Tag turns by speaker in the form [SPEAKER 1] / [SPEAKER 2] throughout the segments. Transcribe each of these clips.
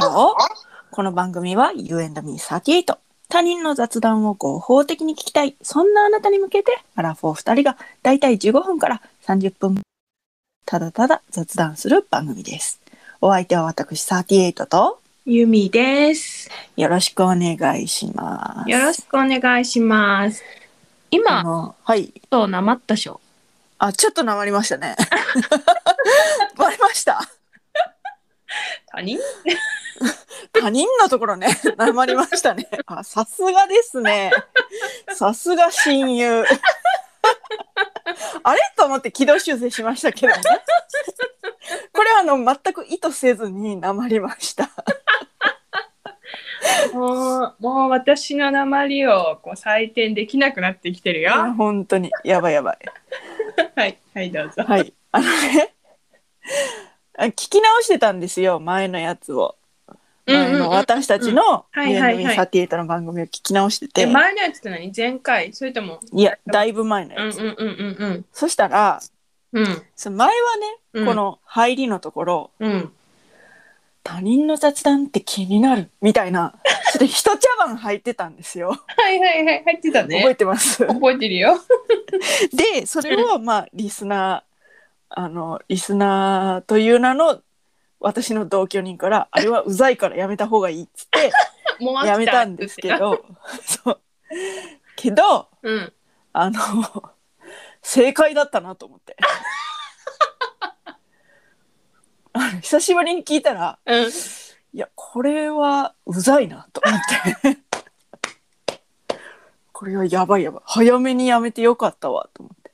[SPEAKER 1] なお、この番組は You and me38。他人の雑談を合法的に聞きたい。そんなあなたに向けて、アラフォー2人がだいたい15分から30分、ただただ雑談する番組です。お相手は私38と、
[SPEAKER 2] ゆみです。
[SPEAKER 1] よろしくお願いします。
[SPEAKER 2] よろしくお願いします。
[SPEAKER 1] あ
[SPEAKER 2] 今、ちょっ
[SPEAKER 1] のはい。
[SPEAKER 2] となまったでしょ。
[SPEAKER 1] あ、ちょっとなまりました ね。バレました。
[SPEAKER 2] 他人
[SPEAKER 1] 他人のところね、 なまりましたね。あ、さすがですね。さすが親友。 あれと思って軌道修正しましたけどね。これはあの全く意図せずになまりました。
[SPEAKER 2] もう、もう私のなまりをこう採点できなくなってきてる
[SPEAKER 1] い
[SPEAKER 2] よ。
[SPEAKER 1] や
[SPEAKER 2] は
[SPEAKER 1] 本当にやばいやばい。
[SPEAKER 2] い、 はい、どうぞ。
[SPEAKER 1] はい。あのね、あ聞き直してたんですよ前のやつを。前の私たちの「
[SPEAKER 2] うんはいはいはい
[SPEAKER 1] UNM38」の番組を聞き直して
[SPEAKER 2] え
[SPEAKER 1] て、
[SPEAKER 2] 前のやつって何前回それとも。
[SPEAKER 1] いやだいぶ前の
[SPEAKER 2] うんう
[SPEAKER 1] や
[SPEAKER 2] ん
[SPEAKER 1] つ。
[SPEAKER 2] うんうん
[SPEAKER 1] そしたら
[SPEAKER 2] うん。
[SPEAKER 1] その前はね
[SPEAKER 2] うん。
[SPEAKER 1] こ。の入りのところ、
[SPEAKER 2] うん。
[SPEAKER 1] 他人の雑談って気になるみたいな、ちょっと一茶碗入ってたんですよ。
[SPEAKER 2] はいはいはい、入ってた
[SPEAKER 1] 覚え
[SPEAKER 2] ね。
[SPEAKER 1] てます。
[SPEAKER 2] 覚えてる よ。
[SPEAKER 1] で、それを、まあ、リスナー、あの、リスナーという名の、私の同居人から、あれはうざいからやめた方がいいっつって、
[SPEAKER 2] もう飽き
[SPEAKER 1] やめたんですけ。ど、 そう。けど、
[SPEAKER 2] うん。
[SPEAKER 1] あの、正解だったなと思って。あの久しぶりに聞いたら、
[SPEAKER 2] うん。
[SPEAKER 1] いや、これはうざいなと思って。 これはやばいやばい。早めにやめてよかったわと思って。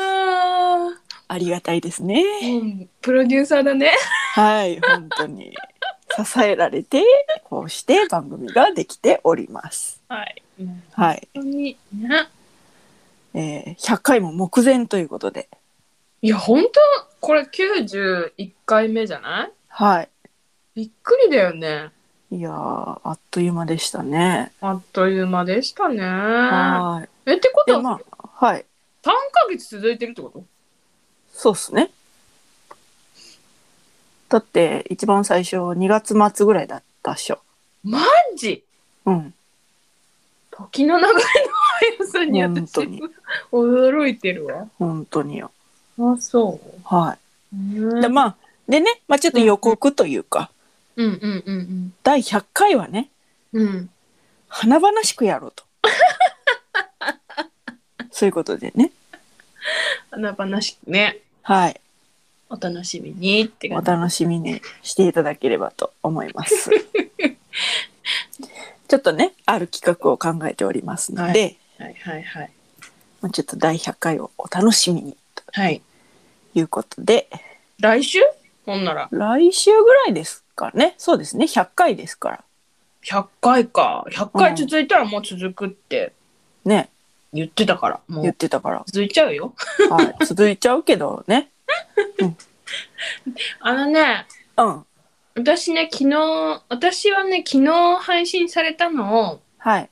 [SPEAKER 2] ああ。
[SPEAKER 1] ありがたいですね。
[SPEAKER 2] うんプロデューサーだね。
[SPEAKER 1] はい、本当に。支えられて、こうして番組ができております。
[SPEAKER 2] はい。本
[SPEAKER 1] はい。
[SPEAKER 2] 当に。ね。
[SPEAKER 1] えー、100回も目前ということで。
[SPEAKER 2] いや本当これ91回目じゃない
[SPEAKER 1] はい。
[SPEAKER 2] びっくりだよね
[SPEAKER 1] いやー、あっという間でしたね。
[SPEAKER 2] あっという間でしたね
[SPEAKER 1] は
[SPEAKER 2] えってこ
[SPEAKER 1] い。で、
[SPEAKER 2] とは
[SPEAKER 1] まあ、はい。
[SPEAKER 2] 3ヶ月続いてるってこと
[SPEAKER 1] そうっすね。だって、一番最初、2月末ぐらいだったっしょ。
[SPEAKER 2] マジ
[SPEAKER 1] うん。
[SPEAKER 2] 時の流れの速さに
[SPEAKER 1] 本
[SPEAKER 2] 私
[SPEAKER 1] 当に
[SPEAKER 2] 驚いてるわ
[SPEAKER 1] 本当によ。
[SPEAKER 2] あそ
[SPEAKER 1] は
[SPEAKER 2] う
[SPEAKER 1] い。
[SPEAKER 2] ね
[SPEAKER 1] で、まあ、でね、まあちょっと予告というか、
[SPEAKER 2] うんうんうん
[SPEAKER 1] 第100回はね、
[SPEAKER 2] うんうん
[SPEAKER 1] 華々しくや ろうと。そういうことでね。
[SPEAKER 2] 花々しくね
[SPEAKER 1] はい。
[SPEAKER 2] お楽しみにって
[SPEAKER 1] お
[SPEAKER 2] 感じ
[SPEAKER 1] 楽しみにしていただければと思い ます。ちょっとね、ある企画を考えておりますので、
[SPEAKER 2] はいはいはい
[SPEAKER 1] まあちょっと第100回をお楽しみにと
[SPEAKER 2] はい
[SPEAKER 1] いうことで、
[SPEAKER 2] 来週ほんなら
[SPEAKER 1] 来週ぐらいですかね。そうですね、100回ですから。
[SPEAKER 2] 100回か100回続いたらもう続くって
[SPEAKER 1] ね、
[SPEAKER 2] 言ってたからも
[SPEAKER 1] 言っ
[SPEAKER 2] う
[SPEAKER 1] てたから。
[SPEAKER 2] 続いちゃうよ
[SPEAKER 1] はい、続いちゃうけどね。
[SPEAKER 2] あのね
[SPEAKER 1] うん。
[SPEAKER 2] 私ね昨日私はね昨日配信されたのを
[SPEAKER 1] はい。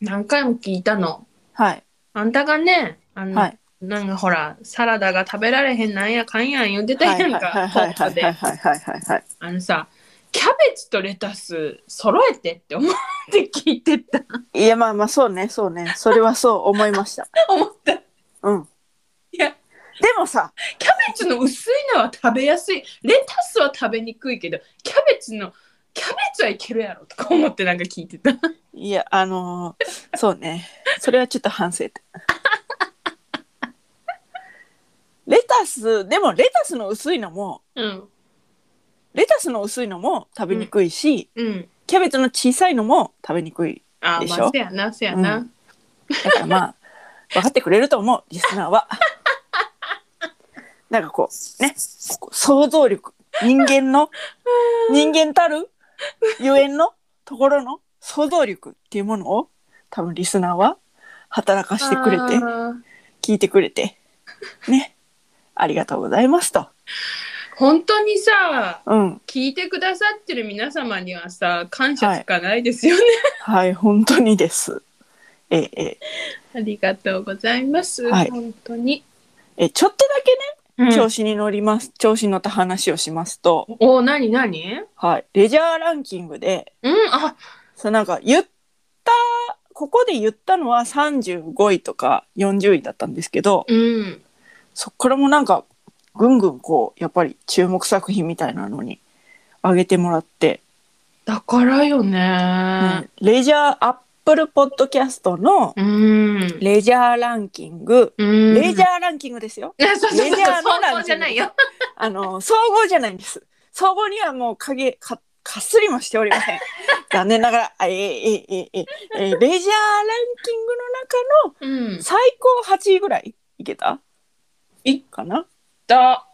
[SPEAKER 2] 何回も聞いたの
[SPEAKER 1] はい。
[SPEAKER 2] あんたがねあの、
[SPEAKER 1] はい。
[SPEAKER 2] なんかほらサラダが食べられへんなんやかんやん言ってた
[SPEAKER 1] はい。
[SPEAKER 2] や
[SPEAKER 1] は
[SPEAKER 2] ん
[SPEAKER 1] い。
[SPEAKER 2] か
[SPEAKER 1] はい。
[SPEAKER 2] ポ
[SPEAKER 1] はい。は
[SPEAKER 2] ッ
[SPEAKER 1] い。
[SPEAKER 2] ト
[SPEAKER 1] はい。
[SPEAKER 2] で
[SPEAKER 1] はい。はい。はい。はい。
[SPEAKER 2] あのさキャベツとレタス揃えてって思って聞いてた
[SPEAKER 1] いや、まあ、まあ、そうね。そうね。それはそう思いました。
[SPEAKER 2] 思ったキ
[SPEAKER 1] うん。
[SPEAKER 2] いや
[SPEAKER 1] でもさ。
[SPEAKER 2] ャベツの薄いのは食べやすいレタスは食べにくいけどキャベツのキャベツはいけるやろとか思ってなんか聞いてた
[SPEAKER 1] いや、あのーそうね。それはちょっと反省点。 レタス、でも、レタスの薄いのも。
[SPEAKER 2] うん
[SPEAKER 1] レタスの薄いのも食べにくいし。
[SPEAKER 2] うん
[SPEAKER 1] キャベツの小さいのも食べにくい。
[SPEAKER 2] あ
[SPEAKER 1] でしょ
[SPEAKER 2] まあせやなせやな、
[SPEAKER 1] うんだからまあ分かってくれると思うリスナー は。なんかこうねこう想像力人間の人間たるゆえんのところの想像力っていうものを多分リスナーは働かしてくれて
[SPEAKER 2] あー
[SPEAKER 1] 聞いてくれてねありがとうございますと。
[SPEAKER 2] 本当にさ
[SPEAKER 1] うん
[SPEAKER 2] 聞いてくださってる皆様にはさ感謝しかないですよね、
[SPEAKER 1] はい本当にです。ええええ
[SPEAKER 2] ありがとうございます、
[SPEAKER 1] はい
[SPEAKER 2] 本当に
[SPEAKER 1] えちょっとだけね
[SPEAKER 2] ううん
[SPEAKER 1] 調子に乗ります、調子に乗った話をしますと、
[SPEAKER 2] おお、なになに
[SPEAKER 1] はい、レジャーランキングで
[SPEAKER 2] うん、あ、
[SPEAKER 1] そうなんか言ったここで言ったのは35位とか40位だったんですけど
[SPEAKER 2] うん。
[SPEAKER 1] そこからもなんかぐんぐんこうやっぱり注目作品みたいなのに上げてもらって、
[SPEAKER 2] だからよね。
[SPEAKER 1] うんレジャーアップルポッドキャストの
[SPEAKER 2] うん。
[SPEAKER 1] レジャーランキング、
[SPEAKER 2] うん。
[SPEAKER 1] レジャ
[SPEAKER 2] ー。
[SPEAKER 1] ーランキングですよ
[SPEAKER 2] そうそうそう、
[SPEAKER 1] レジャーの
[SPEAKER 2] そうじゃないよ。
[SPEAKER 1] あの総合じゃないんです総合にはもう影かかすりもしておりま せん残念ながらあえーえーえーえーえーレジャーランキングの中
[SPEAKER 2] うん
[SPEAKER 1] の。最高8位ぐらいいけた
[SPEAKER 2] い
[SPEAKER 1] かな
[SPEAKER 2] だ。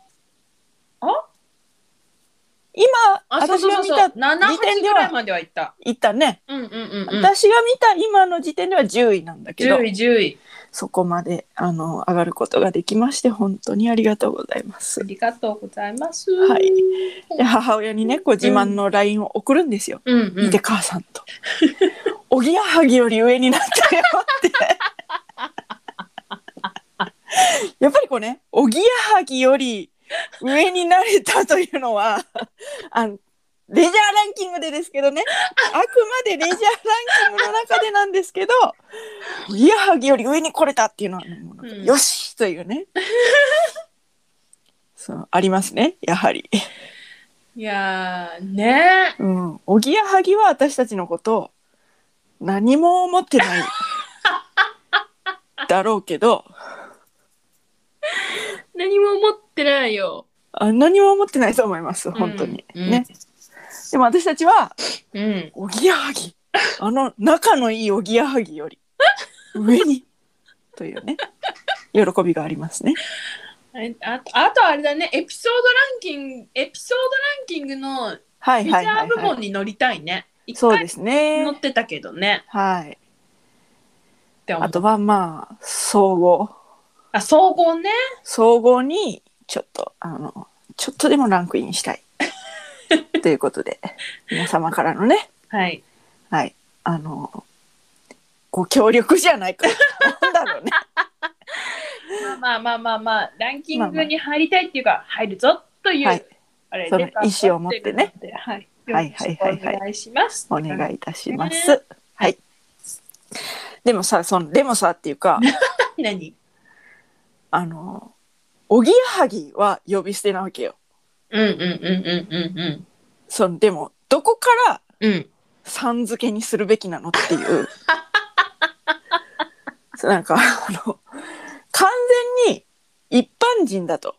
[SPEAKER 1] 今
[SPEAKER 2] あ、そう
[SPEAKER 1] 私
[SPEAKER 2] そ
[SPEAKER 1] が
[SPEAKER 2] う
[SPEAKER 1] 見
[SPEAKER 2] そ
[SPEAKER 1] た
[SPEAKER 2] う。七
[SPEAKER 1] 時点
[SPEAKER 2] 八
[SPEAKER 1] で
[SPEAKER 2] ぐ
[SPEAKER 1] は
[SPEAKER 2] らいまでは行った。
[SPEAKER 1] いったね、
[SPEAKER 2] うんうんうんうん。
[SPEAKER 1] 私が見た今の時点では10位なんだけど
[SPEAKER 2] 10位、10位。
[SPEAKER 1] そこまであの上がることができまして本当にありがとうございます
[SPEAKER 2] あ。りがとうございます。
[SPEAKER 1] はい。で母親にねこう自慢の LINE を送るんですよ。
[SPEAKER 2] うんう
[SPEAKER 1] 見
[SPEAKER 2] ん
[SPEAKER 1] て。母さんと。おぎやはぎより上になったよって。やっぱりこうねおぎやはぎより上になれたというのはあのレジャーランキングでですけどねあくまでレジャーランキングの中でなんですけどおぎやはぎより上に来れたっていうのは、もうなんか
[SPEAKER 2] うん
[SPEAKER 1] よしというねそうありますねやはり。
[SPEAKER 2] いやー、ね
[SPEAKER 1] うん、おぎやはぎは私たちのこと何も思って ないだろうけど
[SPEAKER 2] 何も思ってないよ。
[SPEAKER 1] あ何も思ってないと思います本当に、
[SPEAKER 2] うん
[SPEAKER 1] ね。でも私たちは
[SPEAKER 2] うん。
[SPEAKER 1] おぎやはぎあの仲のいいおぎやはぎより上にというね喜びがありますね
[SPEAKER 2] えあとあとあれだね、エピソードランキング、エピソードランキングの
[SPEAKER 1] は
[SPEAKER 2] レ
[SPEAKER 1] い
[SPEAKER 2] ジ
[SPEAKER 1] はい
[SPEAKER 2] ャ
[SPEAKER 1] は
[SPEAKER 2] ー
[SPEAKER 1] い、
[SPEAKER 2] 部
[SPEAKER 1] は
[SPEAKER 2] 門に乗りたいね。
[SPEAKER 1] い、
[SPEAKER 2] 一
[SPEAKER 1] そうで
[SPEAKER 2] 回
[SPEAKER 1] すね
[SPEAKER 2] 乗ってたけどね。
[SPEAKER 1] はい
[SPEAKER 2] って思う
[SPEAKER 1] あとはまあ総合
[SPEAKER 2] あ、総合ね。
[SPEAKER 1] 総合にちょっとあのちょっとでもランクインしたいということで皆様からのね
[SPEAKER 2] はい。
[SPEAKER 1] はいあのご協力じゃないかなんだろうね
[SPEAKER 2] まあまあまあまあ、ランキングに入りたいっていうか、入るぞとい
[SPEAKER 1] はい、
[SPEAKER 2] う、あれ
[SPEAKER 1] その意思を持ってね。
[SPEAKER 2] はい。
[SPEAKER 1] はいはいはいはい
[SPEAKER 2] お願いします。
[SPEAKER 1] お願いいたしますはいでもさそのでもさっていうか
[SPEAKER 2] 何
[SPEAKER 1] あのおぎやはぎは呼び捨てなわけよ
[SPEAKER 2] うんうんうんうんうんうん。
[SPEAKER 1] そのでもどこから
[SPEAKER 2] うん。
[SPEAKER 1] さん付けにするべきなのっていう そうなんかあの完全に一般人だと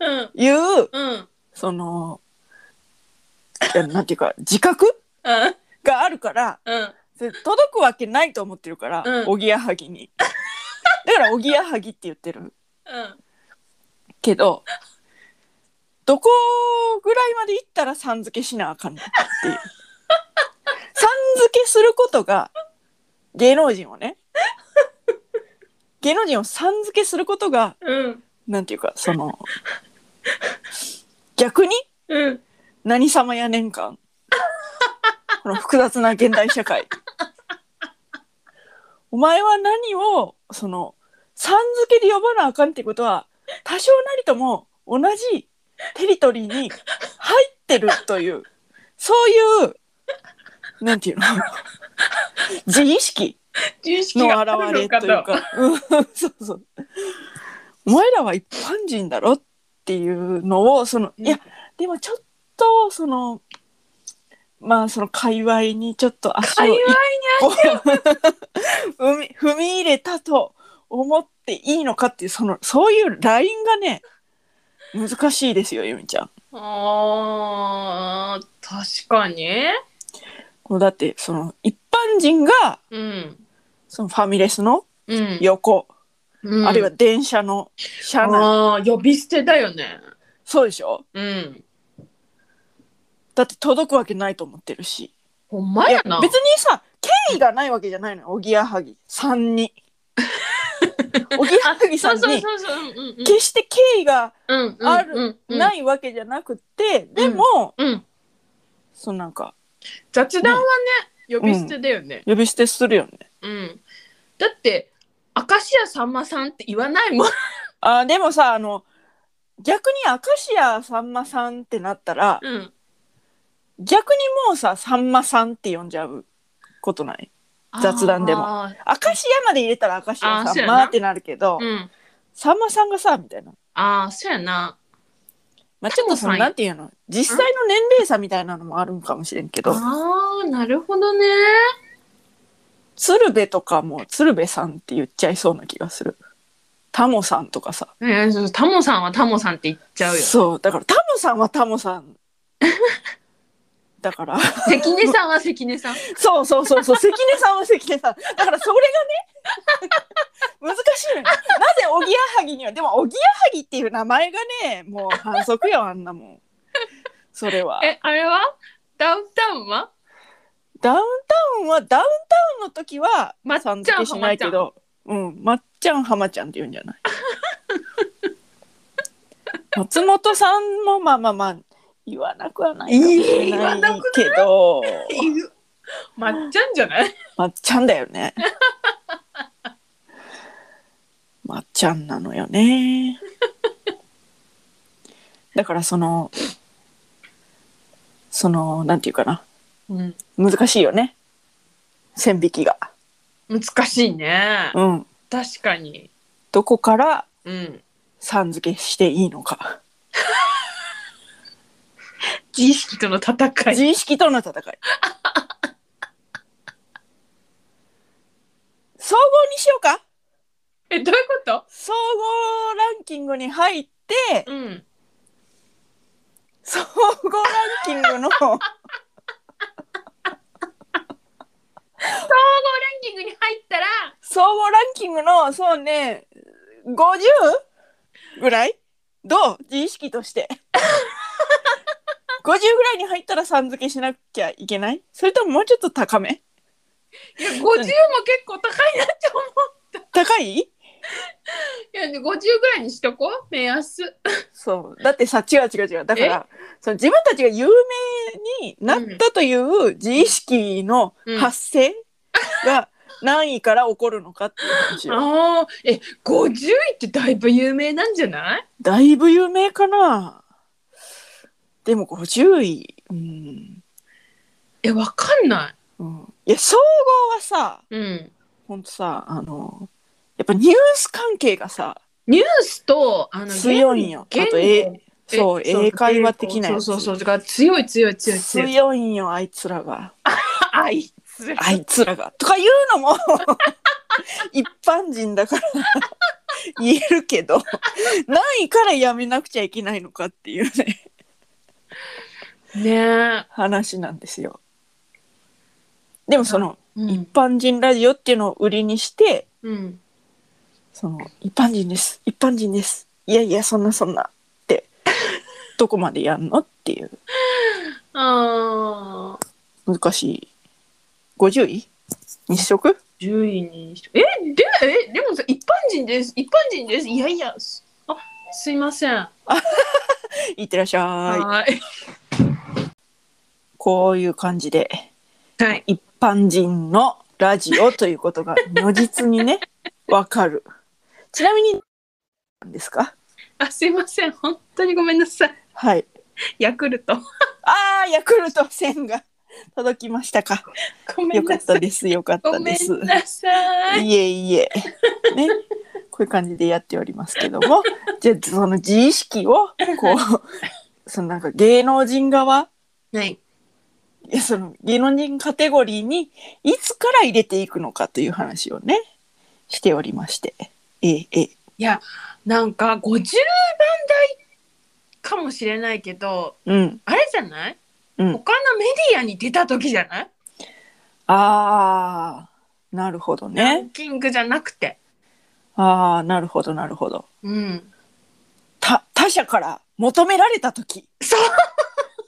[SPEAKER 2] うん。
[SPEAKER 1] いう
[SPEAKER 2] うん。
[SPEAKER 1] そのいやなんていうか自覚
[SPEAKER 2] うん。
[SPEAKER 1] があるから
[SPEAKER 2] うん。
[SPEAKER 1] それ届くわけないと思ってるから、
[SPEAKER 2] うん
[SPEAKER 1] おぎやはぎにだからおぎやはぎって言ってる
[SPEAKER 2] うん。
[SPEAKER 1] けどどこぐらいまで行ったらさん付けしなあかんのかっていうさん付けすることが芸能人をね芸能人をさん付けすることが
[SPEAKER 2] うん。
[SPEAKER 1] なんていうかその逆に
[SPEAKER 2] うん。
[SPEAKER 1] 何様や年間 この複雑な現代社会お前は何をそのさん付けで呼ばなあかんってことは多少なりとも同じテリトリーに入ってるというそういうなんていうの自意識
[SPEAKER 2] 自意識
[SPEAKER 1] の
[SPEAKER 2] があ
[SPEAKER 1] 表れとい
[SPEAKER 2] るのか
[SPEAKER 1] う
[SPEAKER 2] と。
[SPEAKER 1] かうん そうそうお前らは一般人だろっていうのをそのいやでもちょっとそのまあその界隈にちょっと足を
[SPEAKER 2] 界
[SPEAKER 1] 一歩 踏み踏み入れたと思っていいのかっていうそのそういうラインがね難しいですよゆみちゃん。
[SPEAKER 2] あー確かに。
[SPEAKER 1] こうだってその一般人が
[SPEAKER 2] うん。
[SPEAKER 1] そのファミレスの
[SPEAKER 2] うん。
[SPEAKER 1] 横、
[SPEAKER 2] うん、
[SPEAKER 1] あるいは電車の車内、
[SPEAKER 2] あー呼び捨てだよね。
[SPEAKER 1] そうでしょ
[SPEAKER 2] うん。
[SPEAKER 1] だって届くわけないと思ってるし。
[SPEAKER 2] ほんま
[SPEAKER 1] いや
[SPEAKER 2] や
[SPEAKER 1] 別
[SPEAKER 2] な。
[SPEAKER 1] にさ敬意がないわけじゃないのよおぎやはぎさん に。おぎやはぎさ
[SPEAKER 2] そ
[SPEAKER 1] ん
[SPEAKER 2] うそう
[SPEAKER 1] に
[SPEAKER 2] そうそう。うん
[SPEAKER 1] 決して敬意が
[SPEAKER 2] うんうんうん。
[SPEAKER 1] ある
[SPEAKER 2] うんうん
[SPEAKER 1] ないわけじゃなくて、でも
[SPEAKER 2] うん。
[SPEAKER 1] そのなんか
[SPEAKER 2] 雑談はね、呼び捨てだよね。
[SPEAKER 1] 呼び捨てするよね。
[SPEAKER 2] うん。だって、明石家さんまさんって言わないもん。
[SPEAKER 1] あーでもさあの逆に明石家さんまさんってなったら
[SPEAKER 2] うん。
[SPEAKER 1] 逆にもうささんまさんって呼んじゃうことない雑談でも
[SPEAKER 2] あー。
[SPEAKER 1] 明石家まで入れたら明石家
[SPEAKER 2] あーそ
[SPEAKER 1] さ
[SPEAKER 2] う
[SPEAKER 1] ん
[SPEAKER 2] やな
[SPEAKER 1] まってなるけど、
[SPEAKER 2] うん。
[SPEAKER 1] さんまさんがさみたいな、
[SPEAKER 2] ああ、そうやな。
[SPEAKER 1] まあ、ちょっとその
[SPEAKER 2] タモさんや
[SPEAKER 1] なんていうの実際の年齢差みたいなのもあるんかもしれんけど
[SPEAKER 2] ああ、なるほどね。
[SPEAKER 1] 鶴瓶とかも鶴瓶さんって言っちゃいそうな気がするタモさんとかさ
[SPEAKER 2] いやそうタモさんはタモさんって言っちゃうよ。
[SPEAKER 1] そうだからタモさんはタモさんだから
[SPEAKER 2] 関根さんは関根さん。
[SPEAKER 1] そうそうそうそう、関根さんは関根さん。だからそれがね、難しいのよ。なぜおぎやはぎには、でもおぎやはぎっていう名前がね、もう反則よ、あんなもん。それは。
[SPEAKER 2] え、あれはダウンタウンは
[SPEAKER 1] ダウンタウンは、ダウンタウンの時は、
[SPEAKER 2] まっちゃ
[SPEAKER 1] さ
[SPEAKER 2] ん
[SPEAKER 1] ん付けしないけど、うん、まっちゃん、はまちゃんって言うんじゃない。 松本さんも、まあまあまあ、言わなくはないかもしれないけど。
[SPEAKER 2] まっちゃんじゃない
[SPEAKER 1] まっちゃんだよね。まっちゃんなのよね。だからその、その、なんていうかな。
[SPEAKER 2] うん。
[SPEAKER 1] 難しいよね。線引きが。
[SPEAKER 2] 難しいね。
[SPEAKER 1] うん。
[SPEAKER 2] 確かに。
[SPEAKER 1] どこから
[SPEAKER 2] うん。
[SPEAKER 1] さん付けしていいのか。
[SPEAKER 2] 自意識との戦い。
[SPEAKER 1] 自意識との戦い。総合にしようか。
[SPEAKER 2] え、どういうこ
[SPEAKER 1] 総合ランキングに入って、
[SPEAKER 2] とうん。
[SPEAKER 1] 総合ランキングの
[SPEAKER 2] 総合ランキングに入ったら、
[SPEAKER 1] 総合ランキングのそうね 50? ぐらいどう自意識として50ぐらいに入ったらさん付けしなきゃいけないそれとももうちょっと高め
[SPEAKER 2] いや、50も結構高いなって思う。
[SPEAKER 1] 高い
[SPEAKER 2] いや、50ぐらいにしとこう。目安。
[SPEAKER 1] そうだってさ違う違う違うだからその自分たちが有名になったという自意識の発生が何位から起こるのかっていう話よ
[SPEAKER 2] ああ、え、50位ってだいぶ有名なんじゃない
[SPEAKER 1] だいぶ有名かなでも50位、うん
[SPEAKER 2] え、わかんな
[SPEAKER 1] うん、いや総合はさ
[SPEAKER 2] い。うん。
[SPEAKER 1] ほんとさあのやっぱニュース関係がさ
[SPEAKER 2] ニュースと、あの、
[SPEAKER 1] 強いんよ
[SPEAKER 2] 言
[SPEAKER 1] あと
[SPEAKER 2] 言語え
[SPEAKER 1] そう英会話的なやつ
[SPEAKER 2] そうそうそう。だから強い強い強い強い。
[SPEAKER 1] 強いんよあいつらが
[SPEAKER 2] あいつ。
[SPEAKER 1] あいつらがとか言うのも 一般人だから言えるけど何位からやめなくちゃいけないのかっていうね
[SPEAKER 2] ね
[SPEAKER 1] 話なんですよ。でもその
[SPEAKER 2] え。う
[SPEAKER 1] 一。般人ラジオっていうのを売りにして、
[SPEAKER 2] うん。
[SPEAKER 1] その一般人です一般人ですいやいやそんなそんなってどこまでやんのっていう
[SPEAKER 2] ああ。
[SPEAKER 1] 難しい50位にしとく
[SPEAKER 2] 10位にしえ、で、え、でもさ、一般人です。一般人です。いやいや。すあ、すいません。
[SPEAKER 1] いってらっしゃい
[SPEAKER 2] はい。
[SPEAKER 1] こういう感じで
[SPEAKER 2] はい。
[SPEAKER 1] 一般人のラジオということが如実に ねわかるちなみに何ですか
[SPEAKER 2] あ、すいません。本当にごめんなさい。
[SPEAKER 1] はい
[SPEAKER 2] ヤクルト。
[SPEAKER 1] あーヤクルト1000が届きましたか
[SPEAKER 2] ごめ
[SPEAKER 1] よ
[SPEAKER 2] ん
[SPEAKER 1] か
[SPEAKER 2] な
[SPEAKER 1] っ
[SPEAKER 2] さ
[SPEAKER 1] た
[SPEAKER 2] い。
[SPEAKER 1] ですよかっ
[SPEAKER 2] ご
[SPEAKER 1] た
[SPEAKER 2] め
[SPEAKER 1] です
[SPEAKER 2] んなさい。
[SPEAKER 1] いえいえ。ね。こういう感じでやっておりますけども。じゃあ、その自意識を、こう、 そのなんか芸能人側、
[SPEAKER 2] はい。
[SPEAKER 1] いやその芸能人カテゴリーにいつから入れていくのかという話をね、しておりまして。ええ、ええ。
[SPEAKER 2] いや、なんか50番台かもしれないけど、
[SPEAKER 1] うん。
[SPEAKER 2] あれじゃない
[SPEAKER 1] うん。
[SPEAKER 2] 他のメディアに出た時じゃない
[SPEAKER 1] ああ、なるほど
[SPEAKER 2] ラ
[SPEAKER 1] ね
[SPEAKER 2] ン。キングじゃなくて。
[SPEAKER 1] ああ、なるほど、なるほど。
[SPEAKER 2] うん。
[SPEAKER 1] 他、他者から求められた時
[SPEAKER 2] そう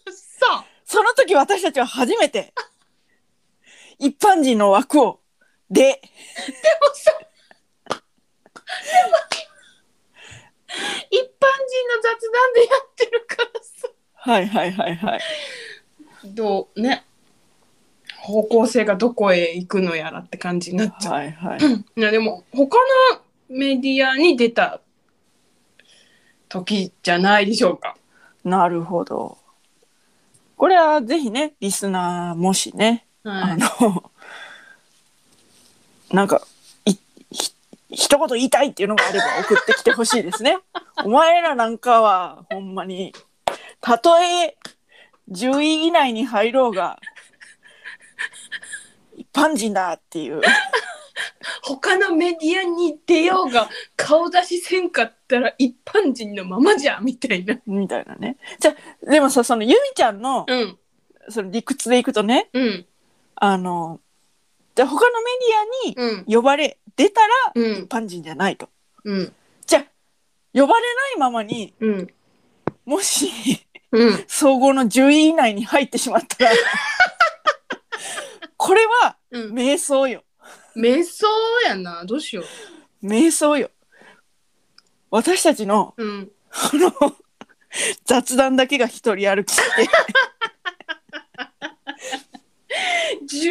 [SPEAKER 2] そう
[SPEAKER 1] その時私たちは初め て、一般人の枠を、で、
[SPEAKER 2] でもさ、でも、一般人の雑談でやってるからさ。
[SPEAKER 1] はいはいはいはい。
[SPEAKER 2] どう、ね。方向性がどこへ行くのやらって感じになっちゃう。
[SPEAKER 1] はいはい。
[SPEAKER 2] いやでも、他のメディアに出た時じゃないでしょうか。
[SPEAKER 1] なるほど。これはぜひね、リスナーもしね、
[SPEAKER 2] は
[SPEAKER 1] あ
[SPEAKER 2] い、
[SPEAKER 1] の、なんか、い、ひ、一言言いたいっていうのがあれば送ってきてほしいです ね。お前らなんかは、ほんまに、たとえ10位以内に入ろうが、一般人だっていう。
[SPEAKER 2] 他のメディアに出ようが顔出しせんかったら一般人のままじゃみたいな。
[SPEAKER 1] みたいなね。じゃあでもさ、そのゆみちゃんの、
[SPEAKER 2] うん
[SPEAKER 1] その理屈でいくとね、
[SPEAKER 2] うん
[SPEAKER 1] あの、じゃあ他のメディ
[SPEAKER 2] うん
[SPEAKER 1] アに呼ばれ、出たら
[SPEAKER 2] うん
[SPEAKER 1] 一般人じゃないと。
[SPEAKER 2] うん
[SPEAKER 1] じゃあ呼ばれないままに、
[SPEAKER 2] うん
[SPEAKER 1] もし、
[SPEAKER 2] うん
[SPEAKER 1] 総合の10位以内に入ってしまったら、これは、
[SPEAKER 2] うん。
[SPEAKER 1] 瞑想よ。
[SPEAKER 2] 瞑想やなどうしよ
[SPEAKER 1] 瞑想よ。私たちの、
[SPEAKER 2] う。うん
[SPEAKER 1] この、雑談だけが一人歩きして、
[SPEAKER 2] 10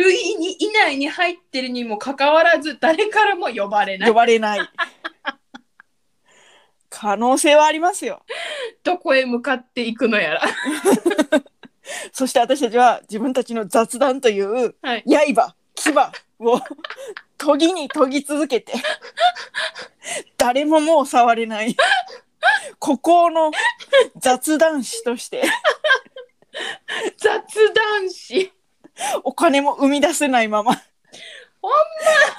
[SPEAKER 2] 位に以内に入ってるにもかかわらず誰からも呼ばれな
[SPEAKER 1] 呼
[SPEAKER 2] い
[SPEAKER 1] ばれない。可能性はありますよ。
[SPEAKER 2] どこへ向かっていくのやら
[SPEAKER 1] そして私たちは自分たちの雑談という
[SPEAKER 2] はい
[SPEAKER 1] 刃、牙を研ぎに研ぎ続けて、誰ももう触れない、孤高の雑談師として、
[SPEAKER 2] 雑談師
[SPEAKER 1] お金も生み出せないまま、
[SPEAKER 2] ほん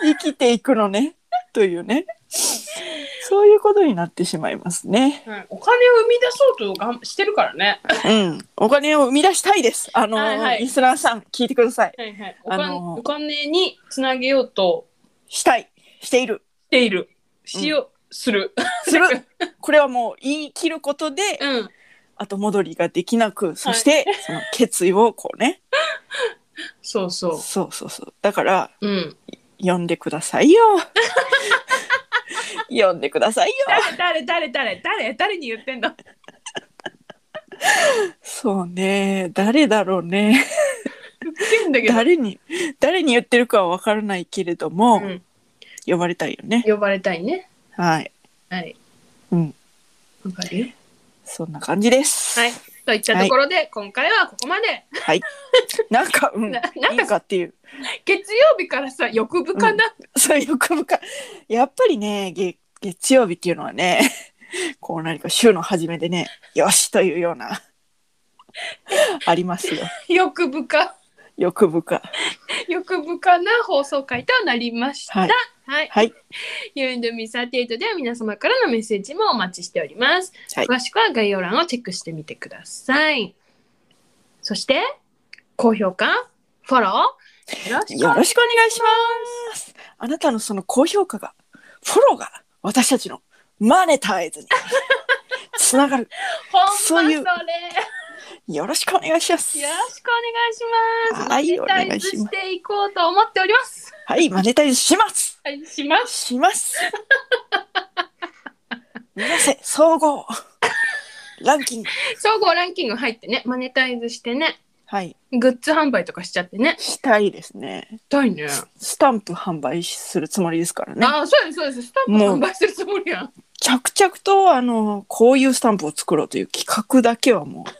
[SPEAKER 1] 生きていくのね、というね。そういうことになってしまいますね。
[SPEAKER 2] うんお金を生み出そうとがんしてるからね。
[SPEAKER 1] うん。お金を生み出したいです。あの、
[SPEAKER 2] はいはい
[SPEAKER 1] リスナーさん、聞いてください。
[SPEAKER 2] はいはい、お金
[SPEAKER 1] あのー
[SPEAKER 2] お金につなげようと
[SPEAKER 1] したい。している。
[SPEAKER 2] している。しよう、する。
[SPEAKER 1] す る。これはもう言い切ることで、
[SPEAKER 2] うん。
[SPEAKER 1] 後戻りができなく、そして、その決意をこうね。
[SPEAKER 2] そうそ
[SPEAKER 1] そうそうそう。だから、
[SPEAKER 2] う。うん。
[SPEAKER 1] 呼んでくださ いよ。呼んでくださいよ。
[SPEAKER 2] 誰誰誰誰誰誰に言ってん の
[SPEAKER 1] そうね。誰だろうね。
[SPEAKER 2] 言うんだけど。
[SPEAKER 1] 誰に、誰に言ってるかはわからないけれども、
[SPEAKER 2] うん、
[SPEAKER 1] 呼ばれたいよね。
[SPEAKER 2] 呼ばれたいね。
[SPEAKER 1] はい。
[SPEAKER 2] はい。
[SPEAKER 1] うん。
[SPEAKER 2] わかるよ。
[SPEAKER 1] そんな感じです。
[SPEAKER 2] はい。といったところで、今回はここまで。
[SPEAKER 1] なんか、うん。
[SPEAKER 2] ないなん
[SPEAKER 1] い
[SPEAKER 2] か
[SPEAKER 1] かっていう。
[SPEAKER 2] 月曜日からさ、欲深な、
[SPEAKER 1] そういう欲深。やっぱりね、月、月曜日っていうのはね、 こう何か週の初めでね、よしというような、ありますよ。
[SPEAKER 2] 欲深、
[SPEAKER 1] 欲深。
[SPEAKER 2] 欲深な放送回となりました。
[SPEAKER 1] はい
[SPEAKER 2] はい。
[SPEAKER 1] はい。
[SPEAKER 2] ユーンドミサテイトでは皆様からのメッセージもお待ちしております。
[SPEAKER 1] はい
[SPEAKER 2] 詳しくは概要欄をチェックしてみてください。そして、高評価、フォロー、よろしくお
[SPEAKER 1] よ
[SPEAKER 2] 願
[SPEAKER 1] ろ
[SPEAKER 2] いし
[SPEAKER 1] しくお願いします。あなたのその高評価が、フォローが、私たちのマネタイズに、つながる。
[SPEAKER 2] ます。ほん
[SPEAKER 1] そう
[SPEAKER 2] まそれ
[SPEAKER 1] いう
[SPEAKER 2] よ
[SPEAKER 1] よろしくお願いします。
[SPEAKER 2] ろしくお願いします。
[SPEAKER 1] はい
[SPEAKER 2] マネタイズしていこうと思っております。
[SPEAKER 1] はい、マネタイズします
[SPEAKER 2] はい、します。
[SPEAKER 1] し ます目指せ、総合ランキング。
[SPEAKER 2] 総合ランキング入ってね、マネタイズしてね、
[SPEAKER 1] はい、
[SPEAKER 2] グッズ販売とかしちゃってね。
[SPEAKER 1] したいですね。
[SPEAKER 2] したいね。
[SPEAKER 1] スタンプ販売するつもりですからね。
[SPEAKER 2] ああ、そうです、そうです。スタンプ販売するつもりやん。
[SPEAKER 1] 着々と、あの、こういうスタンプを作ろうという企画だけはもう、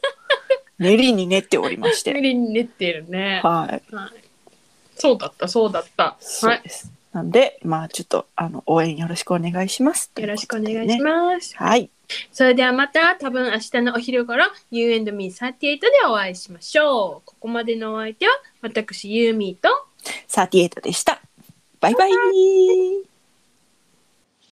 [SPEAKER 1] 練りに練っておりまし
[SPEAKER 2] 無
[SPEAKER 1] て。
[SPEAKER 2] 理に練ってるね。
[SPEAKER 1] はい。
[SPEAKER 2] そうだった、そうだった。
[SPEAKER 1] そうです。なんで、まあ、ちょっと、あの、応援よろしくお願いします。
[SPEAKER 2] よろしくお願い
[SPEAKER 1] と
[SPEAKER 2] し
[SPEAKER 1] いうこ
[SPEAKER 2] ます。
[SPEAKER 1] とでね。はい。
[SPEAKER 2] それではまた多分明日のお昼頃 You and me38 でお会いしましょう。ここまでのお相手は私ユーミーと
[SPEAKER 1] 38でした。バイバイ。